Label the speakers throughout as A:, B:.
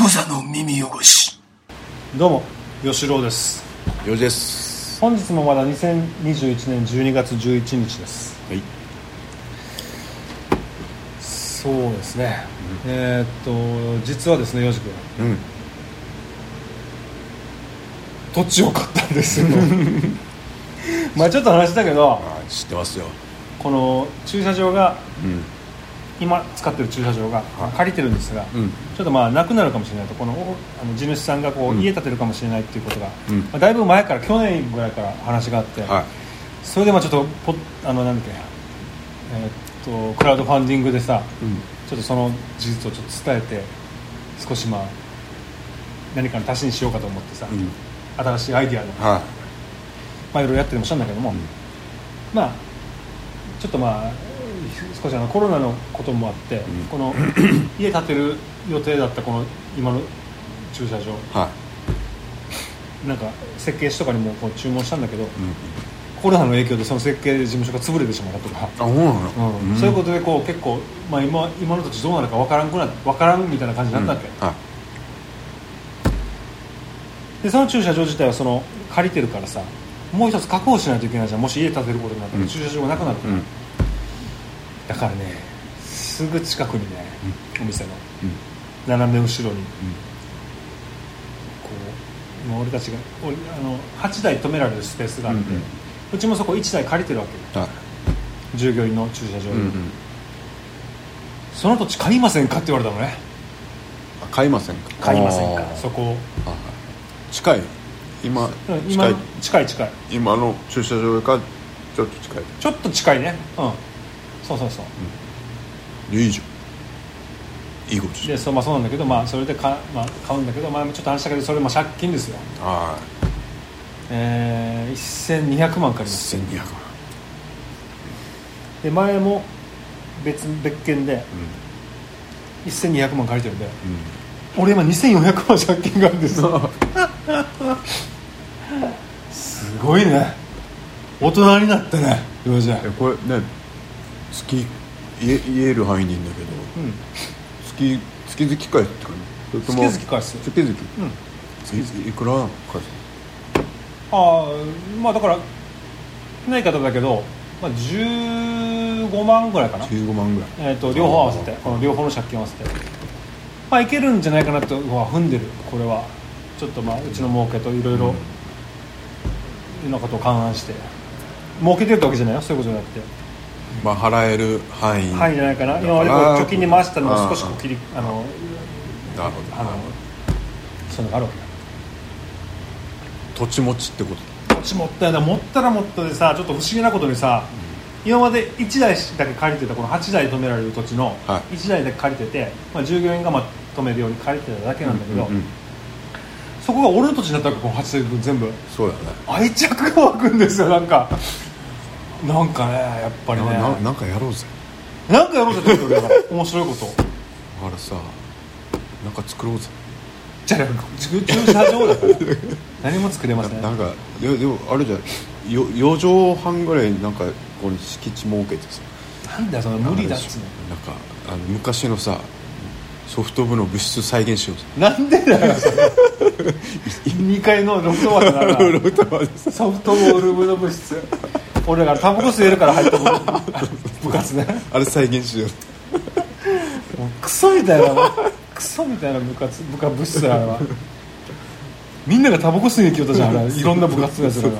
A: 無座の耳汚し
B: どうも吉郎です
C: よしです
B: 本日もまだ2021年12月11日です
C: はい
B: そうですね、えーっと実はですねよじ君
C: うん
B: 土地を買ったんですよ まあちょっと話したけど
C: あ知ってますよ
B: この駐車場が
C: うん
B: 今使ってる駐車場が
C: はい
B: 借りてるんですが、
C: うん
B: ちょっとまあなくなるかもしれないとこのおあの地主さんがこう、
C: うん
B: 家建てるかもしれないっていうことが、
C: うん
B: まあ、だいぶ前から去年ぐらいから話があって、
C: は
B: それでまあちょっとポあのなんだっけ、えーっとクラウドファンディングで
C: い、
B: さ
C: うん、
B: ちょっとその事実をちょっと伝えて少しまあ何かの足しにしようかと思ってさ、
C: うん
B: 新しいアイディアの、
C: は
B: まあ、いろいろやったりもしたんだけども、
C: ん
B: まあちょっとまあ少しあのコロナのこともあって、
C: ん
B: この家建てる予定だったこの今の駐車場
C: いは
B: なんか設計士とかにもこう注文したんだけど、
C: い、うん、
B: コロナの影響でその設計事務所が潰れてしまったとか。
C: あそうなの、
B: うんそういうことでこう結構、まあ、今今の土地どうなるか分からんくな分からんみたいな感じになったわけ、
C: うんはい
B: でその駐車場自体はその借りてるからさもう一つ確保しないといけないじゃんもし家建てることになったら
C: うん
B: 駐車場がなくなるから、
C: うん
B: だからねすぐ近くにね、お店の斜め後ろに、こう今俺たちが俺あの8台止められるスペースがあって、う
C: うんうん
B: ちもそこ1台借りてるわけよ
C: はい
B: 従業員の駐車場
C: う
B: に、
C: んうん
B: その土地買いませんかって言われたのね
C: あ買いませんか
B: 買いません
C: あ
B: か
C: ー
B: そこを
C: あはい近い今
B: 今
C: 近い
B: 近い近い
C: 今の駐車場からちょっと近い
B: ちょっと近いねうんそうそうそう
C: いいじゃんいいことし
B: でそう,、まあ、そうなんだけど、まあ、それでか、まあ、買うんだけど、前もちょっと話したけどそれも借金ですよ、
C: は
B: えー、1200万借りま
C: い
B: す
C: 1200万
B: で前も別別件で1200万借りてるんで俺今2400万借金があるんですよ すごいね大人になったねよじゃ
C: えこれね月言え言える範囲でいいんだけど
B: うん
C: 月月々返すって感じそれとも
B: 月々返す
C: 月々
B: うん
C: いいくら返す
B: ああまあだからない方だけど、まあ、15万ぐらいかな
C: 15万ぐらい
B: えー、と両方合わせてこの両方の借金合わせてまあいけるんじゃないかなとは踏んでるこれはちょっとまあうちの儲けといろいろなことを勘案して儲けてるってわけじゃないよそういうことじゃなくて
C: まあ払える範囲
B: はいじゃないかな今までこう
C: あー
B: 貯金に回してたのを少しこ
C: あ
B: う
C: ー
B: 切りあの
C: なるほど
B: あのそういうのがあるわけだ
C: 土地持ちってこと
B: こっちもったいない持ったらもったでさちょっと不思議なことにさ、今まで1台だけ借りてたこの8台止められる土地の
C: は
B: 1台だけ借りてて、まあ、従業員がまあ止めるように借りてただけなんだけど、
C: うんうん
B: そこが俺の土地になったわけこの8台分全部
C: そうだね
B: 愛着が湧くんですよなんかなんかねやっぱりね
C: な
B: な
C: ななんかやろうぜ
B: んかやろうぜと思ってるから面白いこと
C: あらさなんか作ろうぜ
B: じゃあ駐駐車場 だから何も作れません
C: なんかででもあれじゃんよ4畳半ぐらいなんかこの敷地設けてさ
B: なんだよその無理だっつうの
C: なんかあの昔のさソフト部の部室再現しようぜ
B: なんでだよ それ2階のロフトまでなら ソフトボール部の部室俺だからタバコ吸えるから入った部部活ね
C: あれ再現しよう
B: もう クソみたいなクソみたいな部活部下部室だよあれはみんながタバコ吸いに来よったじゃんあれいろんな部活のやつらが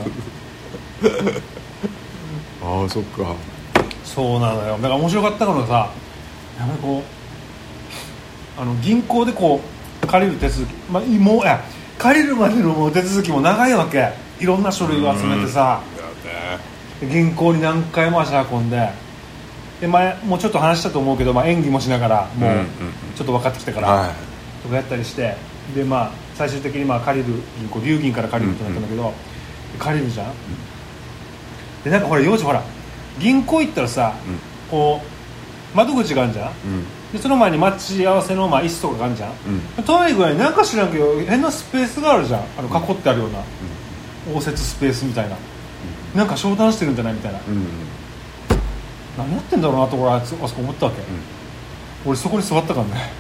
C: ああそっか
B: そうなのよだから面白かったのがさやっぱりこうあの銀行でこう借りる手続き、まあ、いもうえ借りるまでのもう手続きも長いわけいろんな書類を集めてさで銀行に何回も足運んでで前もうちょっと話したと思うけど、まあ、演技もしながらもう
C: うんうんうん
B: ちょっと分かってきたから、
C: は
B: とかやったりしてで、まあ、最終的にまあ借りる銀行龍銀から借りるってなったんだけど、借りるじゃん、でなんかほら幼児ほら銀行行ったらさ、
C: ん
B: こう窓口があるじゃん
C: いうん
B: でその前に待ち合わせのまあ椅子とかがあるじゃん、
C: うん
B: とにかくねなんか知らんけど変なスペースがあるじゃんあの囲ってあるような、応接スペースみたいな、なんか商談してるんじゃないみたいな、
C: うん
B: 何やってんだろうなと俺あいつあそこ思ったわけ、俺そこに座ったからね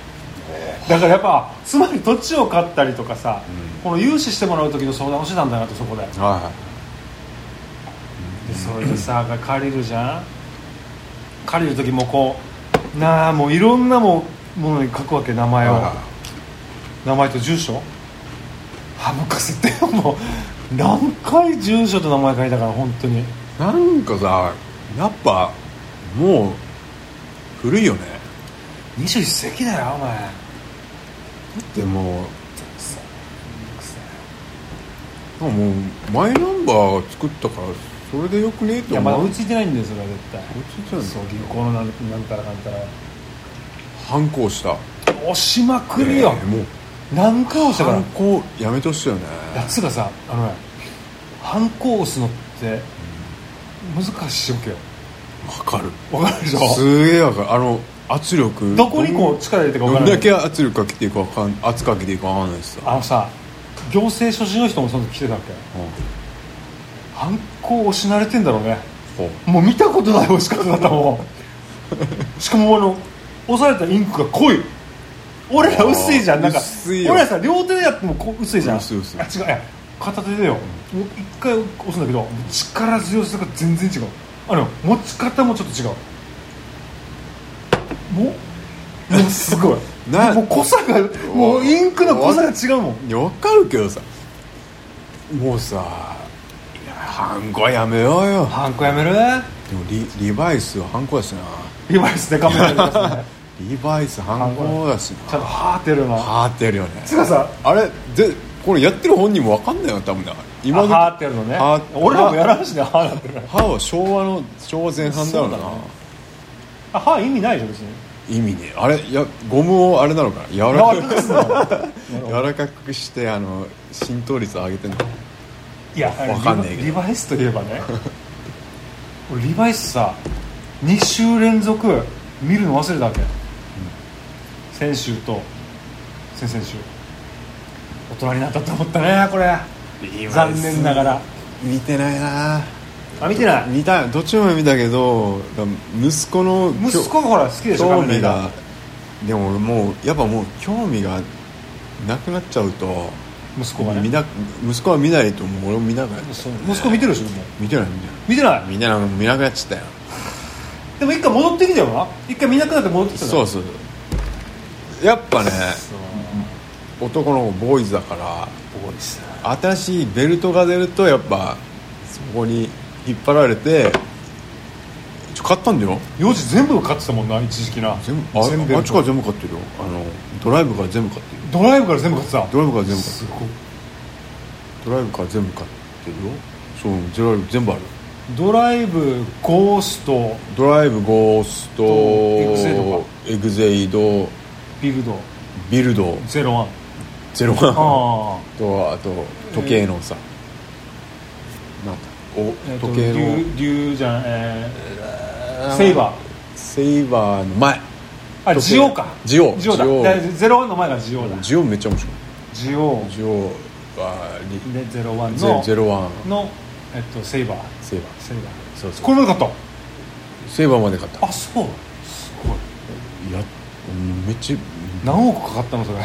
B: だからやっぱつまり土地を買ったりとかさ、
C: うん
B: この融資してもらう時の相談をしてたんだなとそこでで
C: は
B: それでさ借りるじゃん借りる時もこうなあもういろんなもものに書くわけ名
C: い
B: 前を、
C: は
B: 名前と住所あもうかせてよもう何回住所と名前書いたから本当に
C: いなんかさやっぱもう古いよね
B: 21世紀だよお前
C: でも
B: さ
C: もうマイナンバー作ったからそれでよくねえ
B: い
C: と
B: やまだ
C: 思
B: 追
C: う
B: いついてないんですよそれは絶
C: うちじゃ
B: 対
C: ん
B: そう銀行のなんなんたらかんたら
C: 反抗した
B: 押しまくるよ、
C: えーもう
B: 何回押したから
C: 反抗やめてほしいよね
B: やつがさあのね反抗押すのって難しいわけよ
C: わかる
B: わかるでしょ
C: すげえわかるあの圧力
B: どこにこう力入れてるか
C: どん
B: わ
C: どん
B: から
C: だ
B: ない
C: け圧力かけていいかわかん圧かけていいかわかんないしさ
B: あのさ行政書士の人もその時来てたわけ
C: うん
B: 反抗押し慣れてんだろうね
C: ほう
B: もう見たことない押し方だったもんしかもあの押されたインクが濃い俺ら薄いじゃんなんか
C: あー薄いよ
B: 俺らさ両手でやってもこう薄いじゃん
C: 薄い薄い
B: あ違ういや片手でよもう一回押すんだけど力強さが全然違うあの持ち方もちょっと違うもうもうすごい
C: な
B: もう濃さがもうインクの濃さが違うもん
C: いやわかるけどさもうさいや反抗はやめようよ
B: ハンコやめる
C: でもリリバイスは反抗だしな
B: リバイスで頑張ってくださいね
C: リバイス反抗だし
B: ちゃん
C: な
B: とはーってやるよな
C: はーってやるよね
B: つかさ
C: あれでこれやってる本人もわかんないよ多分な今の
B: あはーってやるのね
C: はー
B: 俺らもやらんしねはーなってる
C: 歯は昭和の昭和前半だろうな
B: そうだねあはー意味ないでしょ別
C: 意
B: に
C: 味ねあれいやゴムをあれなのかな柔
B: 柔
C: ら
B: ら
C: か
B: か
C: く
B: くすんの
C: 柔らかくしてあの浸透率を上げてんの
B: いや
C: わかんねえけど
B: リバリバイスといえばね俺リバイスさ2週連続見るの忘れたわけ、先週と先々週大人になったと思ったねこれ残念ながら
C: 見てないな
B: あ見てない
C: 見たどっちも見たけど息子の
B: 息子がほら好きでしょ
C: 興
B: ライ
C: 味
B: ダー
C: がでも俺もうやっぱもう興味がなくなっちゃうと
B: 息子がね
C: 見な息子は見ないともう俺も見なくなっち
B: そ
C: ゃ
B: う
C: う
B: 息子見てるでしょもう
C: 見てない見てない
B: 見てない
C: みんな見なくなっちゃったよ
B: でも一回戻ってきたよな一回見なくなって戻ってきた
C: そう
B: そ
C: そうやっぱね
B: う
C: 男の子ボーイズだから
B: ボーイス
C: 新しいベルトが出るとやっぱそこに引っ張られてちょ買ったんだよ
B: 幼児全部買ってたもんな一時期な
C: 全部あ
B: 全部
C: あっちから全部買ってるよあのドライブから全部買ってる
B: ドライブから全部買ってた
C: ドライブから全部買って
B: す
C: る
B: ごい
C: ドライブから全部買ってるよそうドライブ全部ある
B: ドライブゴースト
C: ドライブゴースト
B: エグゼイドか
C: エグゼイド
B: ビルド
C: ビルド
B: ゼロワン
C: ゼロワン
B: ああ
C: とあと時計のさ、なんだお
B: えっと
C: 時計の
B: 竜竜じゃん、えー、セイバー
C: セイバーの前時
B: あ
C: 計
B: ジオか
C: ジオ
B: ジオだ
C: ジオ
B: だゼロワンの前がジオだ
C: ジオめっちゃ面白い
B: ジオ
C: ジオはリ
B: でゼロワン
C: ゼ
B: の
C: ゼロワン
B: の、えっと、セイバー
C: セイバー
B: セイバ
C: そう
B: ー
C: そう
B: これまで買っ
C: セイバーまで買ったた
B: あそうすごい
C: やうんめっ ちゃ
B: 何億かかったのそれ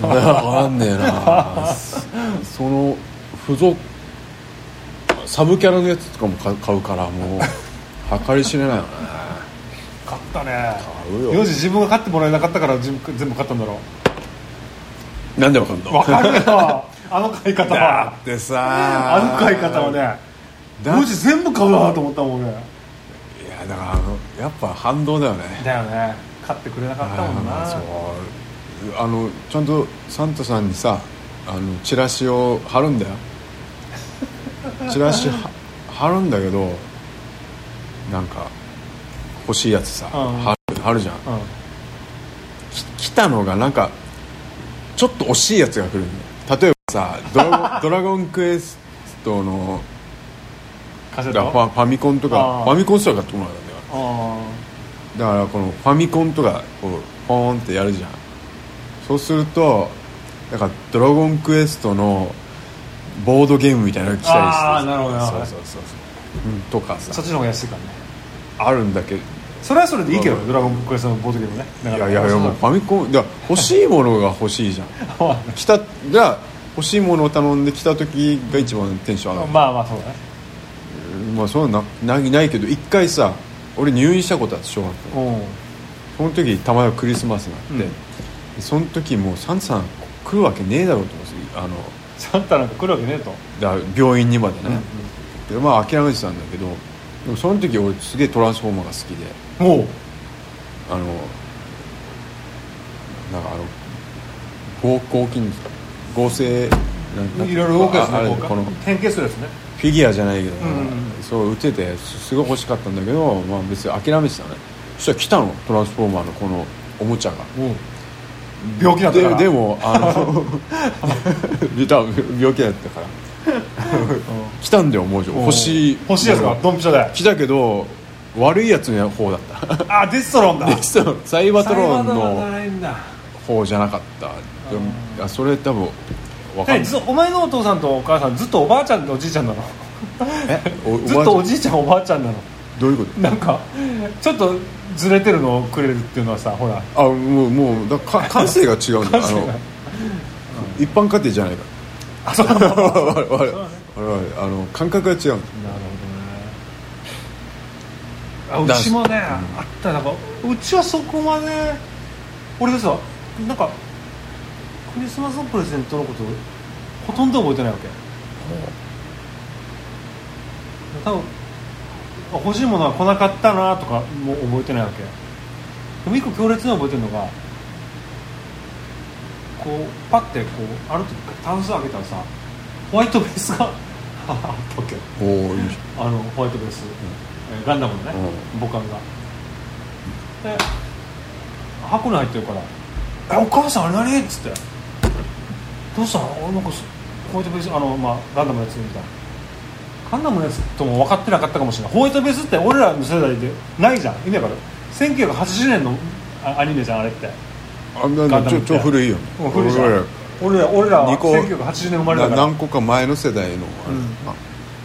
C: 分かんねえなその付属サブキャラのやつとかも買う買うから もう計り知れないよね
B: 買ったね
C: 買うよ
B: 幼児自分が買ってもらえなかったから自分全部買ったんだろ
C: なんで分かんの
B: うわかるよあの買い方は
C: だってさ
B: あの買い方はね
C: だ
B: 幼児全部買うなと思ったもんね
C: いやだからあのやっぱ反動だよね
B: だよね買ってくれなかったもん
C: あ
B: な
C: ーそうあのちゃんとサンタさんにさあのチラシを貼るん だよチラシは貼るんだけどなんか欲しいやつさ、
B: うん
C: 貼る貼るじゃん
B: うん
C: き来たのがなんかちょっと惜しいやつが来るんだよ例えばさドラゴン ドラゴンクエストの
B: カセ
C: だ
B: ッ
C: から
B: ト
C: ファファミコンとか
B: あー
C: ファミコンすら買ってもらったんだよだ
B: あ
C: からこのファミコンとかこうポーンってやるじゃんそうするとなんか「ドラゴンクエスト」のボードゲームみたいなのが来たりして
B: あーなるほどなるほど
C: そうそうそうそう、うん、とか
B: ーそ
C: さ
B: っちの方が安いから
C: あ
B: ね
C: るんだけ
B: それはそれでいいけど、
C: うん
B: ドラゴンクエストのボードゲームねだ
C: い
B: から
C: やいやいやもうファミコンじゃ欲しいものが欲しいじゃん来たじゃあ欲しいものを頼んで来た時が一番テンション上がる
B: まあまあそうだね
C: まあそんななないないけど一回さ俺入院したことあって小学校
B: う
C: その時たまたまクリスマスがあって、
B: うん
C: でその時もうサンタさん来るわけねえだろうと思ってあの
B: んサンタなんか来るわけねえと、
C: だ病院にまでね、
B: う
C: でまあ諦めてたんだけどでもその時俺すげえトランスフォーマーが好きで
B: んもう
C: あのなんかあの合合金合成なんなん
B: いろいろ動くやつ
C: ああれ
B: ねこ
C: こ
B: う
C: の
B: か
C: フ
B: 変形するやつね
C: ィギュアじゃないけど、
B: うんうんうん
C: そう打ててすすごい欲しかったんだけど、まあ、別に諦めてたねそしたら来たのトランスフォーマーのこのおもちゃが
B: 病気だったから
C: ででもあのリターン病気だったから来たんだよもう
B: うん
C: 欲しい
B: 欲しいやつがドンピシャで
C: 来たけど悪いやつの方だった
B: あデストロンだ
C: でそのサイバトロン
B: サイバトロンじゃ
C: の
B: ないんだ
C: 方じゃなかったでもいやそれ多分わかん
B: え
C: ない
B: ずお前のお父さんとお母さんずっとおばあちゃんとおじいちゃんなの
C: えお
B: ずっとお
C: じ
B: じいちゃんおばあちゃんなの
C: どういうこと
B: なんかちょっとずれてるのをくれるっていうのはさほら
C: あもうもうだ か感性が違うんだ
B: 感
C: あ
B: 性
C: の
B: が
C: 一般家庭じゃないか
B: あそうなのなるほ
C: ら 我々我々あの感覚が違うんだ
B: どねあ
C: だ
B: うちもねあったなんかうちはそこまで俺ですわなんかクリスマスのプレゼントのことほとんど覚えてないわけ多分あ欲しいものは来なかったなとかも覚えてないわけでも一個強烈に覚えてるのがこうパッてこうある時タンス開けたらさホワイトベースが あったわけ
C: おおいいじ
B: あのホワイトベース、えーガンダムのね、母艦がで箱に入ってるから「えお母さんあれ何?」っつって「どうしたの俺なんかそホワイトベースあの、まあ、ガンダムのやつ」みたいなガンダムのやつとも分かってなかったかもしれないホワイトベースって俺らの世代でないじゃん意味わかる1980年のあアニメじゃんあれって
C: ゃんあなん
B: ガ
C: か
B: ンダ
C: ち
B: ム
C: ょ
B: って
C: ちょ古いよね
B: もう古いじゃん俺ら俺らは
C: 二個
B: 1980年生まれ
C: 俺
B: だ
C: ら
B: か
C: な
B: ら
C: 何個か前の世代のあれ
B: うん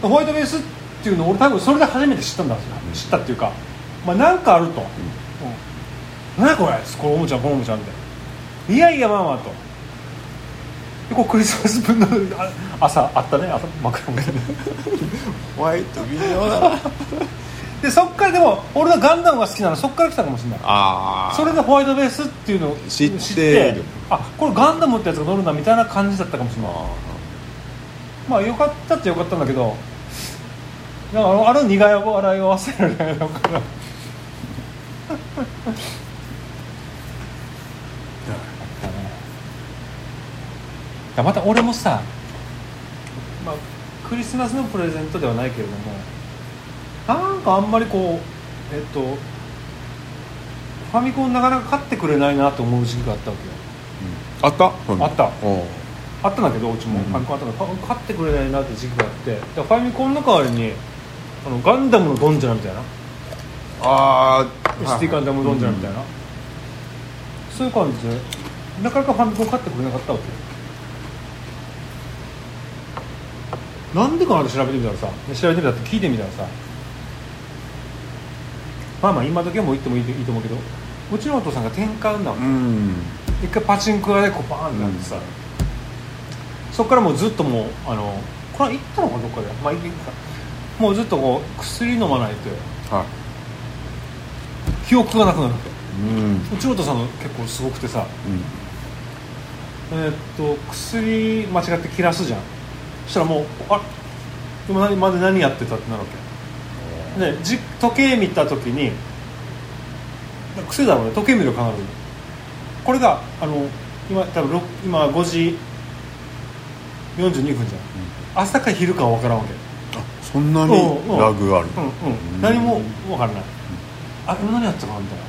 C: あ
B: ホワイトベースっていうのを俺多分それで初めて知ったんだ知ったっていうか、まあ、なんかあると「うん、何これ?」これおもちゃこのおもちゃ」みたいな「いやいやまあまあ」と。でこうクリスマス分のあ朝あったね朝枕元 に
C: ホワイト微妙だな
B: でそっからでも俺がガンダムが好きなのそっから来たかもしれない
C: ああ
B: それでホワイトベースっていうのを
C: 知ってる
B: あこれガンダムってやつが乗るんだみたいな感じだったかもしれないまあよかったってよかったんだけどなんかあのあの苦い笑いを忘れられないの かなだまた俺もさ、まあ、クリスマスのプレゼントではないけれどもなんかあんまりこうえっとファミコンなかなか買ってくれないなと思う時期があったわけよ
C: あったうん
B: あった
C: おう
B: あったんだけどうちも
C: うん
B: ファミコンあったからか買ってくれないなって時期があってでファミコンの代わりにあのガンダムのドンジャラみたいな
C: ああ
B: シティガンダムドンジャラみたいな、そういう感じでなかなかファミコン買ってくれなかったわけなんでかなって調べてみたらさで調べてみたって聞いてみたらさまあまあ今時はもう言ってもいいといいと思うけどうちのお父さんが転換なの
C: うん
B: 一回パチンコ屋でこうバーンってなってさ、そこからもうずっともうあのこれは行ったのかどっかでまあ行ったかもうずっとこう薬飲まないと
C: はい
B: 記憶がなくなるわ
C: うん
B: けうちのお父さんの結構すごくてさ
C: うん
B: えーっと薬間違って切らすじゃんそしたらもうあでも何まで何やってたってなるわけでじ時計見た時に癖だろうね時計見る必ずこれがあの今多分ろく今5時42分じゃん、朝か昼かは分からんわけ
C: あそんなに
B: うんうん
C: ラグがある
B: うんうん、
C: うん
B: 何も分からない、あ今何やってたかみたいな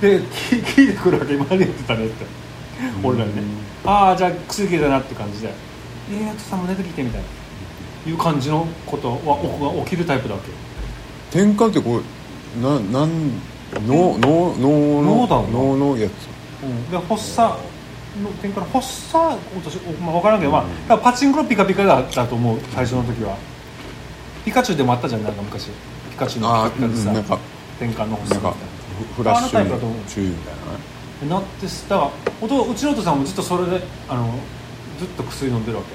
B: で聞聞いてくるわけ今何やってたねって俺らにねああじゃあ薬切れだなって感じで「ええお父さんも寝てきて」みたいないう感じのことは起起きるタイプだわけ
C: 転換ってこうななん脳脳脳
B: 脳
C: の
B: だろうな
C: 脳のやつ
B: うん、で発作の点から発作私、まあ、分からんけど、まあ、だからパチンコのピカピカだったと思う最初の時はピカチュウでもあったじゃんなんか昔ピカチの
C: あー
B: 光るさ
C: うんなんか
B: 転換の星
C: なん
B: み
C: か
B: たいな
C: フフラッシ
B: ああのタイプだと思
C: ュ
B: う
C: 注意みたいなね
B: でなってしたらおとうちのお父さんもずっとそれであのずっと薬飲んでるわけ、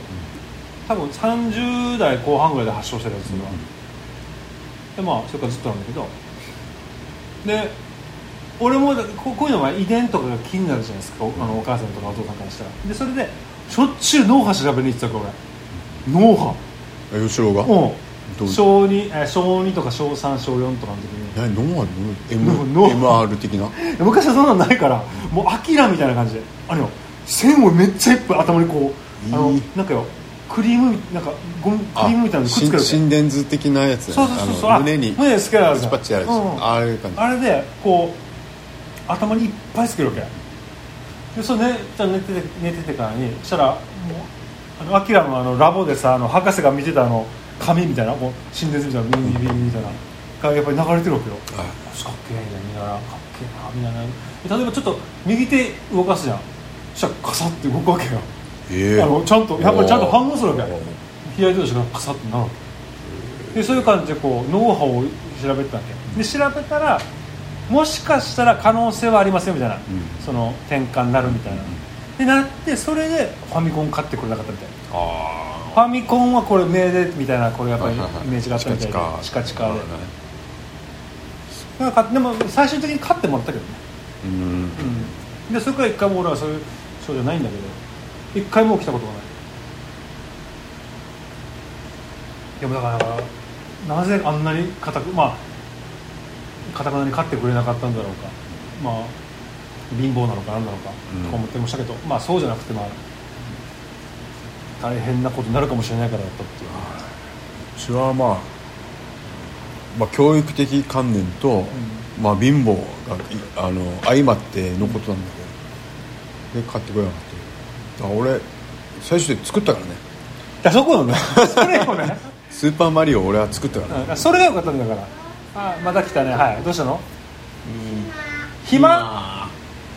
B: 多分30代後半ぐらいで発症してるやつが、でまあそれからずっとなんだけどで俺もここういうのは遺伝とかが気になるじゃないですかおあのお母さんとかお父さんからしたらでそれでしょっちゅう脳波調べに行ってたから俺脳波
C: え吉郎が
B: う
C: ど
B: ん
C: う
B: 小2えー小二とか小3小4とかの時に
C: 何ノアの
B: ノ
C: M- MR 的な
B: 昔はそんなんないからもうアキラみたいな感じであのよ線をめっちゃいっぱい頭にこうあの
C: いい
B: なんかよクリームなんかゴムクリ
C: あ
B: ームみたいなのくっつけ
C: 心
B: るわけ
C: 心電図的なやつだ
B: そう
C: よ
B: そ
C: ね
B: うそうそう
C: あ
B: あ
C: の胸に
B: 胸につけられる
C: スパッチやるやつ
B: うん
C: ああいう感じ
B: あれでこう頭にいっぱいつけるわけでそれ、ね、じゃあ寝てて寝ててからにそしたらもうあのアキラのあのラボでさあの博士が見てたあの紙みたいなこう心電図みたいなビリビリビリみたいながやっぱり流れてるわけよ
C: あ
B: かっけえな見ながらかっけえなみたいな例えばちょっと右手動かすじゃんそしたらカサッて動くわけよ、
C: ええ
B: あのちゃんとやっぱりちゃんと反応するわけ
C: おー
B: 左手としてカサッてなるわけでそういう感じでこう脳波を調べてたわけで調べたらもしかしたら可能性はありませんみたいな、その転換になるみたいな、でなってそれでファミコン買ってくれなかったみたいな
C: あ
B: ファミコンはこれ命でみたいなこれやっぱりイ
C: はいはいはい
B: メージがあったみたい
C: チ
B: でチカ
C: カ
B: チ
C: チ
B: カ
C: カ
B: でなんかでも最終的に勝ってもらったけどね
C: うん
B: うん、でそれから一回も俺はそういう症じゃないんだけど一回も起きたことがないでもだからだからなぜあんなに固くまあ固くなに勝ってくれなかったんだろうかまあ貧乏なのか何なのか
C: うん
B: とか思ってましたけど、まあそうじゃなくてまあ大変なことになるかもしれないからだったっていう、
C: うちはまあまあ教育的観念と、
B: ん
C: まあ貧乏がいあの相まってのことなんだけどで買ってこようかっただから俺最初で作ったからね
B: だそこのねそれよ ね
C: スーパーマリオを俺は作ったからね、
B: うんそれが良かったんだからあまた来たねはいどうしたの暇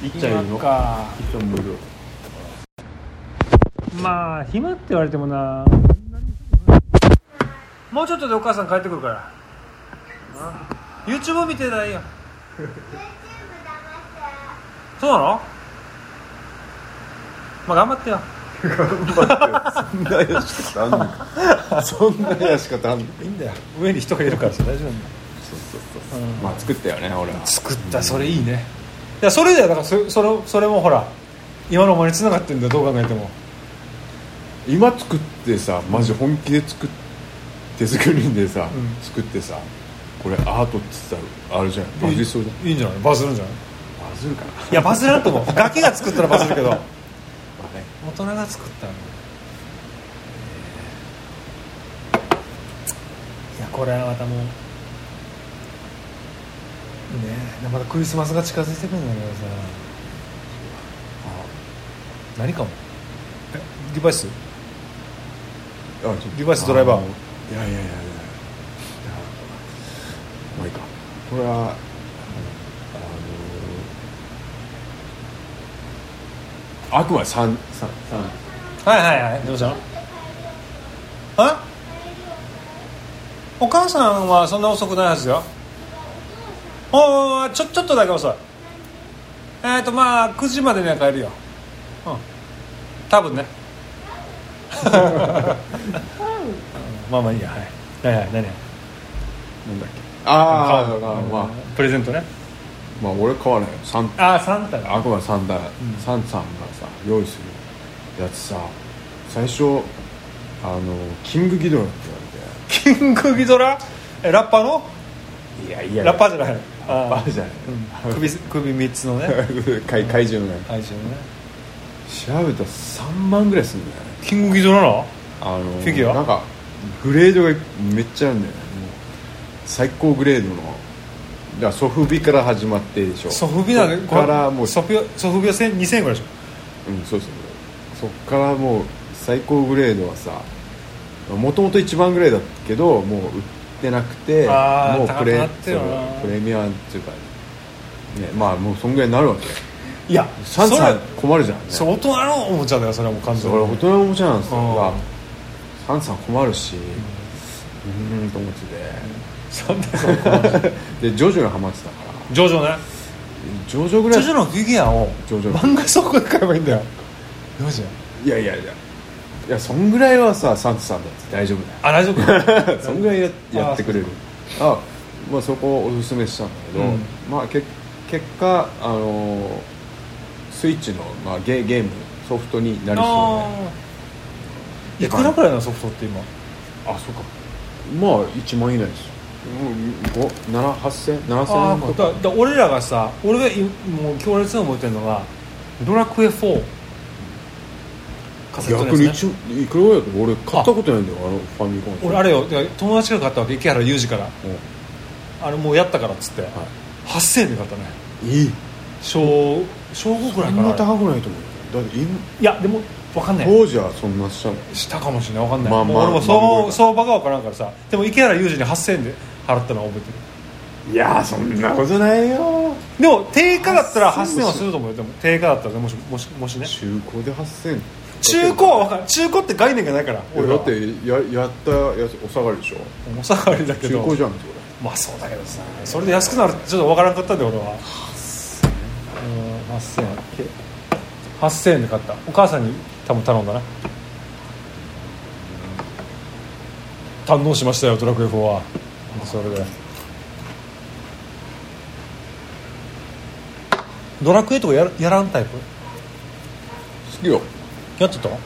C: いっちゃいるの
B: 暇か
C: いっちゃいるよ
B: まあ暇って言われてもなもうちょっとでお母さん帰ってくるからあ YouTube 見てないよそうなのまあ頑張ってよ
C: そんなやし方あんのそんなやし方あんのいいんだよ
B: 上に人がいるからさ大丈夫なんだ
C: そうそうそう、まあ作ったよね俺は
B: 作ったそれいいねいやそれだよだからそそれそれもほら今のお前に繋がってんだよどう考えても
C: 今作ってさマジ本気で作っ手作りでさ、
B: うん
C: 作ってさこれアートって言ったらあるじゃんバズりそうじゃん
B: いいんじゃないバズるんじゃない
C: バズるかな、
B: いやバズらんと思うガキが作ったらバズるけど
C: まあね、
B: 大人が作ったのいやこれはまたもうねえまだクリスマスが近づいてくるんだけどさ何かもえデバイス
C: あちょ
B: デバイスドライバー
C: あいやいやいやいやいやまあいいかこれはあのあくまで三三三
B: はいはいはいどうしたのあお母さんはそんな遅くないはずよおーちょちょっとだけ遅いえっ、ー、とまあ9時までには帰るようん多分ね うんまあまあいいやはいはいはい
C: なんだ
B: 何や
C: っけあーあまあ
B: プレゼントね
C: まあ俺買わないよ三
B: ああサンタが
C: あくまで三だ、サンさんがさ用意するやつさ最初あのキングギドラって
B: キングギドラえラッパーの
C: 言われていやいや
B: ラッパー
C: じ
B: じゃない
C: ゃラッパ
B: あ
C: ーじゃない
B: ー首首3つ のね
C: 怪怪獣のね
B: 愛情ね
C: 調べたら3万ぐらいするんだよね
B: キングギドラの
C: あのフ
B: ィギュア
C: なんかグレードがめっちゃあるんだよねもう最高グレードのだからソフビから始まってでしょ
B: ソフビだね
C: そっからもう
B: ソフビはソフビは千2000円ぐらいでし
C: うんそうそうそっからもう最高グレードはさもともと1番ぐらいだけどもう売ってなくて
B: あー
C: もう
B: 高くなってるな
C: そうプレミアムっていうか、ね、まあもうそんぐらいになるわけ
B: ょいや
C: サン
B: そ
C: さ
B: れ
C: ん困るじゃんね
B: そう大人のおもちゃだよそれはもう完全
C: それ大
B: に
C: 人のおもちゃなんですよ
B: うん
C: だからサンさん困るしうーんと思ってて
B: サンタさんの話
C: でジョジョにハマってたから
B: ジョジョね
C: ジョジョぐ
B: ジ
C: らい
B: ョジョのフィギュアを
C: ジョジョ
B: 漫画倉庫で買えばいいんだよマジで
C: いやいやいやいやそんぐらいはさサンタさんだって大丈夫だよ
B: あ大丈夫
C: そんぐらいや
B: あ
C: やってくれるあまあ、そこをおすすめしたんだけど、
B: うん
C: まあ、け結果、あのースイッチの、まあ、ゲゲームソフトになりそうね
B: あーいくらくらいのソフトって今
C: あそうかまあ1万円以内ですよもう7000円
B: あ
C: 7000
B: ー
C: 円とか
B: だだ俺らがさ俺がいもう強烈に思ってるのが「ドラクエ4」カセット
C: 逆
B: の
C: に
B: やつ、ね、
C: 一いくらぐらいだと思う俺買ったことないんだよあのファミコン
B: 俺あれよてか友達から買ったわけ池原裕二から
C: うん
B: あれもうやったからっつって、
C: は
B: 8000円で買ったね
C: いいい
B: 小小5くら
C: そ
B: いか
C: んな
B: な
C: 高くないと思うよだって今
B: いやでも分かんない
C: 当時はそんなしたもん
B: したかもしれない分かんない、
C: まあまあ
B: もう俺
C: まあまあ
B: も相
C: まあ
B: 場相場が分からんからさでも池原裕二に8000円で払ったのは覚えてる
C: いやーそんなことないよ
B: でも定価だったら
C: 8000
B: 8000円はすると思うよでも定価だったらねもしもしもしね
C: 中古で8000
B: 中古は分かん中古って概念がないから
C: 俺
B: 俺
C: だ
B: は
C: ってややったやつお下がりでしょ
B: お下がりだけ
C: 中
B: ど
C: 古じゃんそ
B: まあそうだけどさそれで安くなるってちょっと分からんかったんで俺はうん8000円8000円で買ったお母さんに多分頼んだな堪能しましたよドラクエ4はそれでドラクエとかやらやらんタイプ
C: れ好きよ
B: やっちゃったの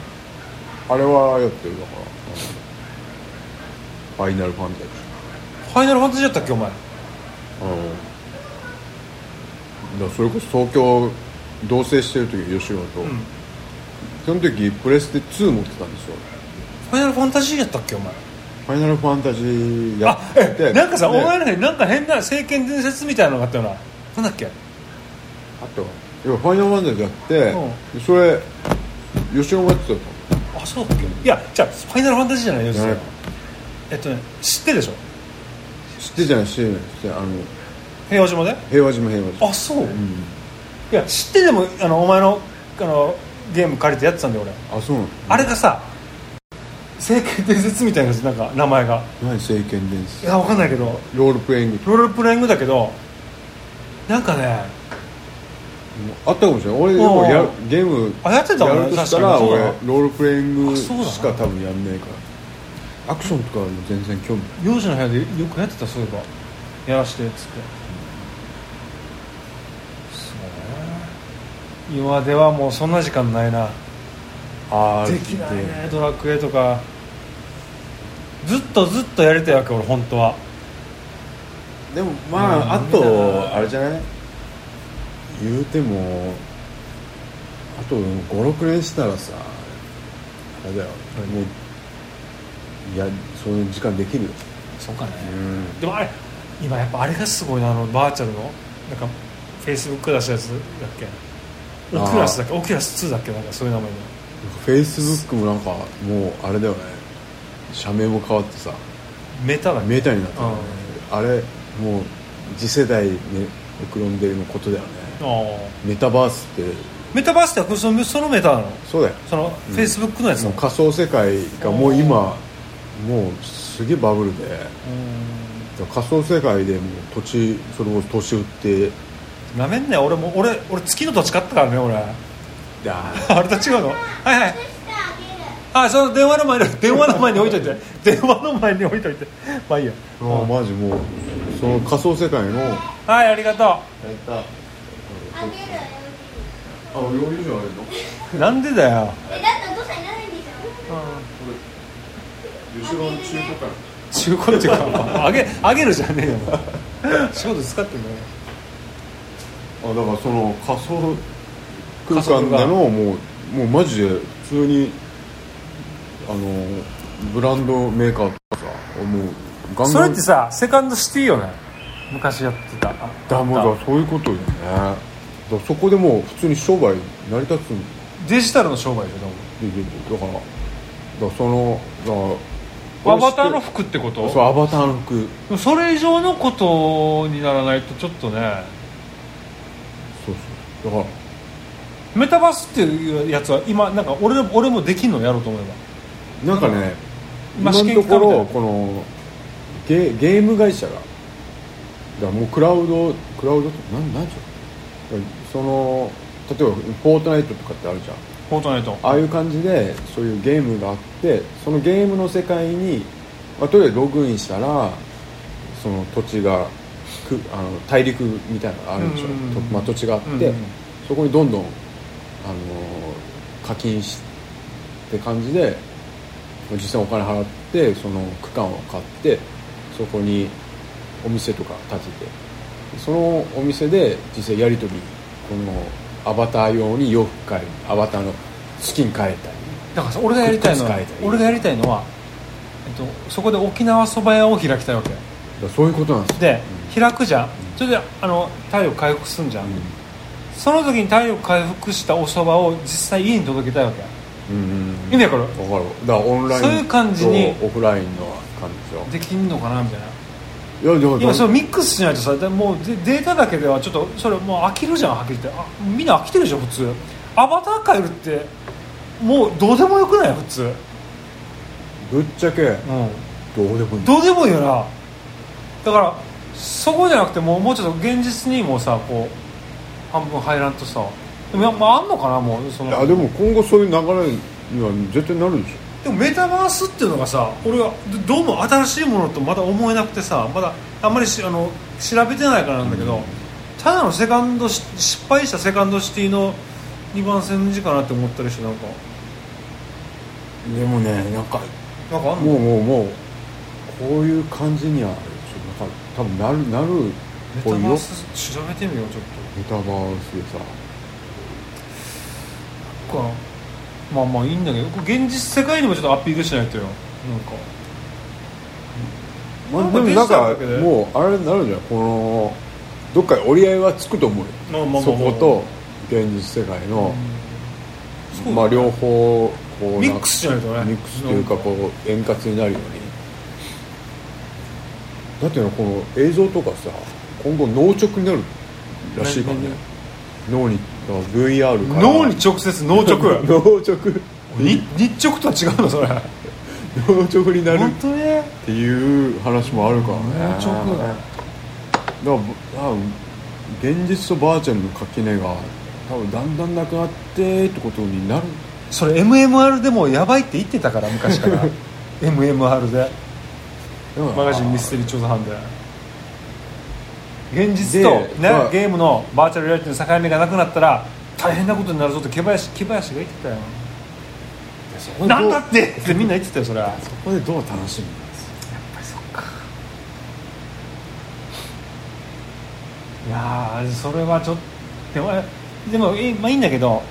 C: あれはやってるだからファイナルファンタジ
B: ファイナルファンタジーだったっけお前
C: ーうんだからそれこそ東京同棲してる時吉野と、
B: ん
C: その時プレステ2持ってたんですよ
B: ファイナルファンタジーやったっけお前
C: ファイナルファンタジーや
B: あ
C: って
B: え
C: て
B: なんかさお
C: で
B: 前の中になんか変な聖剣伝説みたいなのがあったよななんだっけ
C: あとはいやファイナルファンタジーやって、それ吉野もやってたよ
B: あそうだっけいやじゃあファイナルファンタジーじゃないです
C: じゃない
B: よ
C: か
B: えっとね知ってるでしょ
C: 知ってじゃない知ってじゃないあの
B: 平和島で
C: 平和島平和島
B: あそう、いや知ってでもあのお前のあのゲーム借りてやってたんだよ俺、
C: あそうなの
B: あれがさ聖剣伝説みたいなやつなんか名前が
C: 何聖剣伝
B: い
C: 説
B: やわかんないけど
C: ロールプレイング
B: ロールプレイングだけどなんかね
C: あったかもしれない俺でもやる
B: おう
C: ゲーム
B: あやってたもんね
C: やるとしたら
B: 確かにそ
C: 俺
B: うだ
C: ロールプレイング
B: あそうだな
C: しか多分やんないからアクションとかは全然興味ない
B: 幼児の部屋でよくやってたそういえばやらしてっつってそうね今ではもうそんな時間ないな
C: あ
B: できないねドラクエとかずっとずっとやりたいわけ俺本当は
C: でもまああ
B: うん
C: とあれじゃない言うてもあと56年したらさあれだよもういやそういう時間できるよ
B: そうかね
C: うん
B: でもあれ今やっぱあれがすごいなあのバーチャルのなんかフェイスブック出したやつだっけ
C: あー
B: オキュラスだっけオキュラス2だっけなんかそういう名前の
C: フェイスブックもなんかもうあれだよね社名も変わってさ
B: メタだっけ
C: メタになったよねあれもう次世代に送るんでるのことだよね
B: あー
C: メタバースって
B: メタバースってそのそのメタなの
C: そうだよ
B: その
C: うん
B: フェイスブックのやつ
C: も
B: の
C: う仮想世界がもう今もうすげえバブルで
B: う
C: 仮想世界でもう土地それこそ投資売って
B: んなめんなよ俺も俺俺月の土地買ったからね俺
C: だ
B: あれと違うのはいはいあその電話の 前に電話の前に置いといて電話の前に置いといてまあいいや
C: もうマジもうその仮想世界のや
B: はいありがと
C: ったあ余裕じゃないの
B: うなんでだよ、
C: 後ろの中古から
B: 中古っていうか あげあげるじゃねえよ仕事使ってんだよ
C: あだからその仮想空間でのもうもうマジで普通にあのブランドメーカーとかさもうガンガン
B: それってさセカンドシティよね昔やってたあ
C: だもうだからそういうことよねだからそこでもう普通に商売成り立つんで
B: デジタルの商売でどう
C: きるだからだからそのだから
B: アバターの
C: 服
B: 服ってこと
C: そうアバターの服
B: でもそれ以上のことにならないとちょっとね
C: そうそうだか
B: メタバースっていうやつは今なんか俺俺もできんのやろうと思えば
C: らなんかね
B: ま
C: 今
B: あ
C: のとこ
B: 試験期間みたい
C: ろ
B: な
C: このゲゲーム会社ががもうクラウドクラウドってなんなんでしょうその例えば「フォートナイト」とかってあるじゃん
B: フォートナイト
C: ああいう感じでそういうゲームがあってそのゲームの世界に、まあ、とりあえずログインしたらその土地がくあの大陸みたいなのがあるんでしょ
B: うんうんうん
C: とまあ、土地があって、
B: うんうんうん
C: そこにどんどん、あのー課金しって感じで実際お金払ってその区間を買ってそこにお店とか建ててそのお店で実際やり取りこのアバター用に洋服買えるアバターのスキン変えたり
B: だからさ俺がやりたいのは
C: 靴変えたり
B: 俺がやりたいのは、えっと、そこで沖縄そば屋を開きたいわけ
C: だからそういうことなんですよ
B: で、開くじゃんそれであの体力回復すんじゃん、その時に体力回復したおそばを実際家に届けたいわけ
C: うんうんうんうん
B: 意味わかる
C: わかるだからオンライン
B: そういう感じに
C: とオフラインの感じよ
B: できんのかなみたいない
C: やでも
B: 今
C: ど
B: それミックスしないとさでもうデデータだけではちょっとそれもう飽きるじゃんはっきり言ってあみんな飽きてるでしょ普通アバター変えるってもうどうでもよくない普通、
C: ぶっちゃけ
B: う
C: どうでもいい
B: ん、どうでもいいよなだからそこじゃなくてもうもうちょっと現実にもさこう半分入らんとさでもやっぱあんのかなもうそ
C: い
B: の
C: やでも今後そういう流れには絶対なるでし
B: でもメタバースっていうのがさ俺はどうも新しいものとまだ思えなくてさまだあんまりしあの調べてないからなんだけど、
C: うん
B: ただのセカンドシ失敗したセカンドシティの2番線の字かなって思ったりしてなんか
C: ょでもねなんか
B: なんかあんの
C: もうもうもうこういう感じにはちょっとなんか多分なるなる
B: メ
C: こ
B: タ
C: う
B: バ
C: よ
B: ース調べてみようちょっ
C: メタバースでさ
B: となんかまあまあいいんだけど現実世界にもちょっとアピールしないとよなんか
C: まあ
B: なん
C: で
B: か
C: もなんか
B: デジタルだけで
C: もうあれになるじゃんこのどっかに折り合いはつくと思うよ
B: まあまあまあまあ
C: そこと現実世界の、
B: うん
C: まあ両方こうな
B: ミックスじゃないとね
C: ミックスというかこう円滑になるようにだってねこの映像とかさ今後脳直になるらしいからね
B: ね
C: 脳に VR から
B: 脳に直接脳直
C: 脳直
B: に日直とは違うのそれ
C: 脳直になる
B: 本当ね
C: っていう話もあるからね
B: 脳直
C: だか
B: だね
C: ら多分現実とバーチャルの垣根が多分だんだんなくなってってことになる
B: それ MMR でもやばいって言ってたから昔から MMR でマガジンミステリー調査班で現実と、
C: で
B: ね
C: まあ
B: ゲームのバーチャルリアリティの境目がなくなったら大変なことになるぞって木林木林が言ってたよ
C: リ
B: なんだってってみんな言ってたよそれは
C: そこでどう楽しむんです
B: いやーそれはちょっとでもえでもいい,、まあ、いいんだけど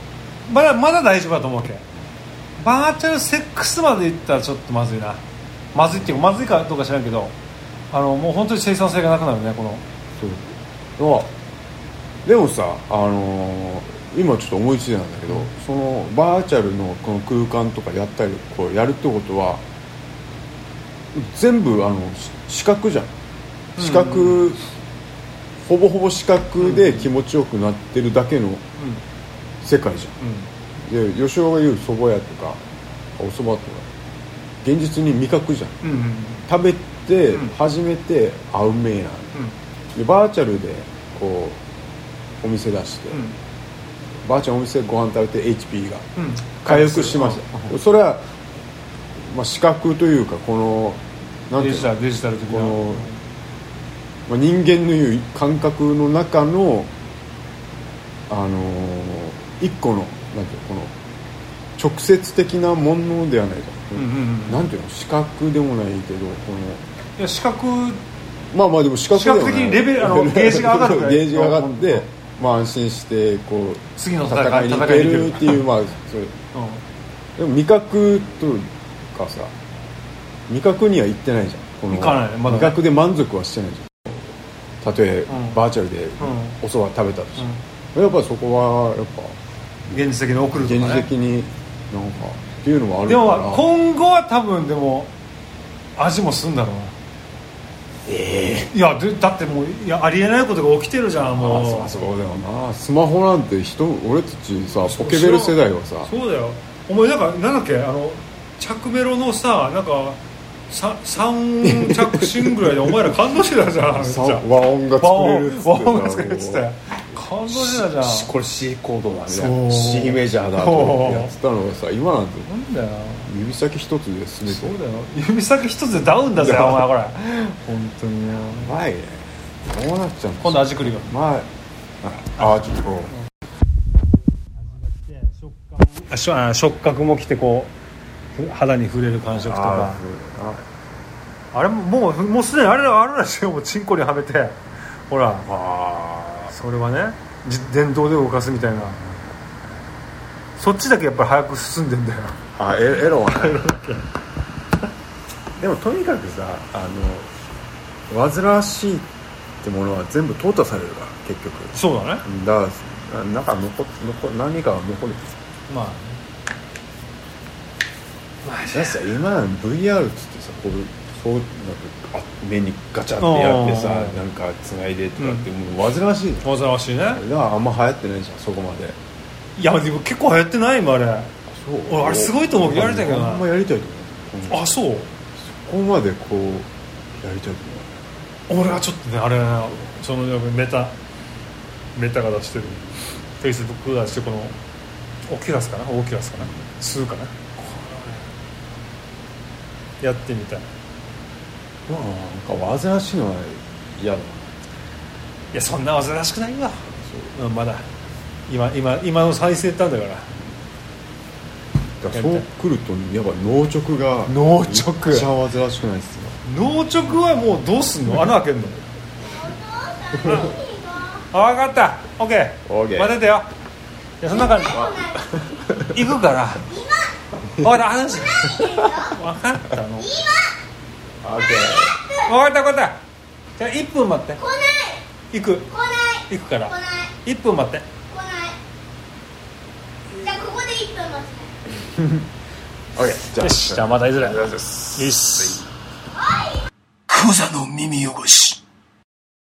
B: まだまだ大丈夫だと思うわけバーチャルセックスまでいったらちょっとまずいなまずいっていうかまずいかどうか知らんけどあのもう本当に生産性がなくなるねこの
C: そうあでもさ、あのー今ちょっと思いついたんだけど、そのバーチャルのこの空間とかやったりこうやるってことは全部あのし視覚じゃん視覚、
B: う
C: ほぼほぼ視覚で気持ちよくなってるだけの世界じゃん
B: うん
C: で吉尾が言うそば屋とかおそばとか現実に味覚じゃん
B: うんうんうん
C: 食べて
B: うん
C: 初めてあうめえなでバーチャルでこうお店出して、
B: う
C: バーチャルお店でご飯食べて HP が
B: んうん
C: 回復しましたそれは、まあ、視覚というかこのなんていう
B: デジタ
C: の
B: ルデジタル的な
C: このまあ、人間のいう感覚の中のあのー一個のなんていうのこの直接的なものではないと、
B: うんうんうん
C: なんていうの視覚でもないけどこの
B: いや視覚
C: まあまあでも視覚ではない
B: 視覚的にレベルあ のゲージが上がるぐらい
C: ゲージが上がっ
B: うん
C: て、まあ、安心してこう
B: 次の戦
C: 戦
B: い
C: いに行
B: 戦
C: け
B: いに行け
C: る
B: る
C: っていうまあそれ
B: う
C: で
B: ん
C: も味覚というかさ味覚には行ってないじゃんこの
B: 行かないまだ
C: 味覚で満足はしてないじゃんたとえ
B: うん
C: バーチャルで
B: ん
C: おそば食べたとして、やっぱそこはやっぱ
B: うん現実的に送ると
C: 現
B: かね
C: 実的になんかっていうのもある
B: で
C: から
B: も今後は多分でも味もすんだろうなええいやでだってもういやありえないことが起きてるじゃんもう
C: あそうそうだよなスマホなんて人俺たちさポケベル世代はさ
B: そうだよお前なんかなんだっけあの着メロのさなんかさ3着信ぐらいでお前ら感動してたじゃ ん
C: さ和音が作れるっつって
B: 和音が作れるっつって感動してたじゃん
A: しこれ C コードだみたい
B: そう
A: な C メジャーだと思って
C: やってたのがさ今なんて
B: なんだよ
C: 指先一つで進め
B: そう
C: て
B: だよ指先一つでダウンだぜ
C: ダウン
B: お前これ本当によ
C: やばいねこうなっちゃうんです
B: 今度味くりが
C: 前ああちょっとこ
B: あしょあ触覚もきてこうふ肌に触れる感触
C: う
B: と
C: あ
B: かあれももうもうすでにあれらあるらしいよもうチンコにはめてほら
C: ああ
B: それはねじ電動で動かすみたいなそっちだけやっぱり早く進んでんだよ
C: ああエエロはねでもとにかくさあの煩わしいってものは全部淘汰されるから結局
B: そうだね
C: だからななんか残っ残何かは残るんですよ
B: まあ
C: だってさ今 VR っつってさこうそうなんかあ目にガチャってやってさ
B: あー
C: なんか繋いでとかって、もう煩わしいじ
B: 煩わしいね
C: ゃんだからあんま流行ってないじゃんそこまで
B: いやでも結構流行ってないもんあれあ
C: そう
B: 俺あれすごいと思うやりたいけどな
C: あんまやりたいと思う、
B: そう
C: ここまでこうやりたいと思
B: 俺はちょっとねあれねそのメタメタが出してるフェイスブックが出してるこのオキュラスかなオキュラスかな2かなこれやってみたいう
C: まあなんか煩わしいのは嫌だない
B: やそんな煩わしくないよ、うん、まだ今今今の最先端だから
C: だからそうくるとやっぱ脳直が
B: 脳直
C: めっちゃ煩わしくないですよ
B: 脳直はもうどうすんの穴開けんのあ分かったオッケー
C: OK
B: 待ててよいやそんな感じ行くから分かった話分かったの分
C: あ
B: かった分かったじゃあ1分待って
D: 来ない
B: 行く
D: 来ない
B: 行くから
D: 来ない
B: 1分待って
D: 来ないじゃあここで一分待つね
C: オッケーじゃ
B: よ
C: あ
B: しじゃあまたいずれよし
A: クザの耳汚し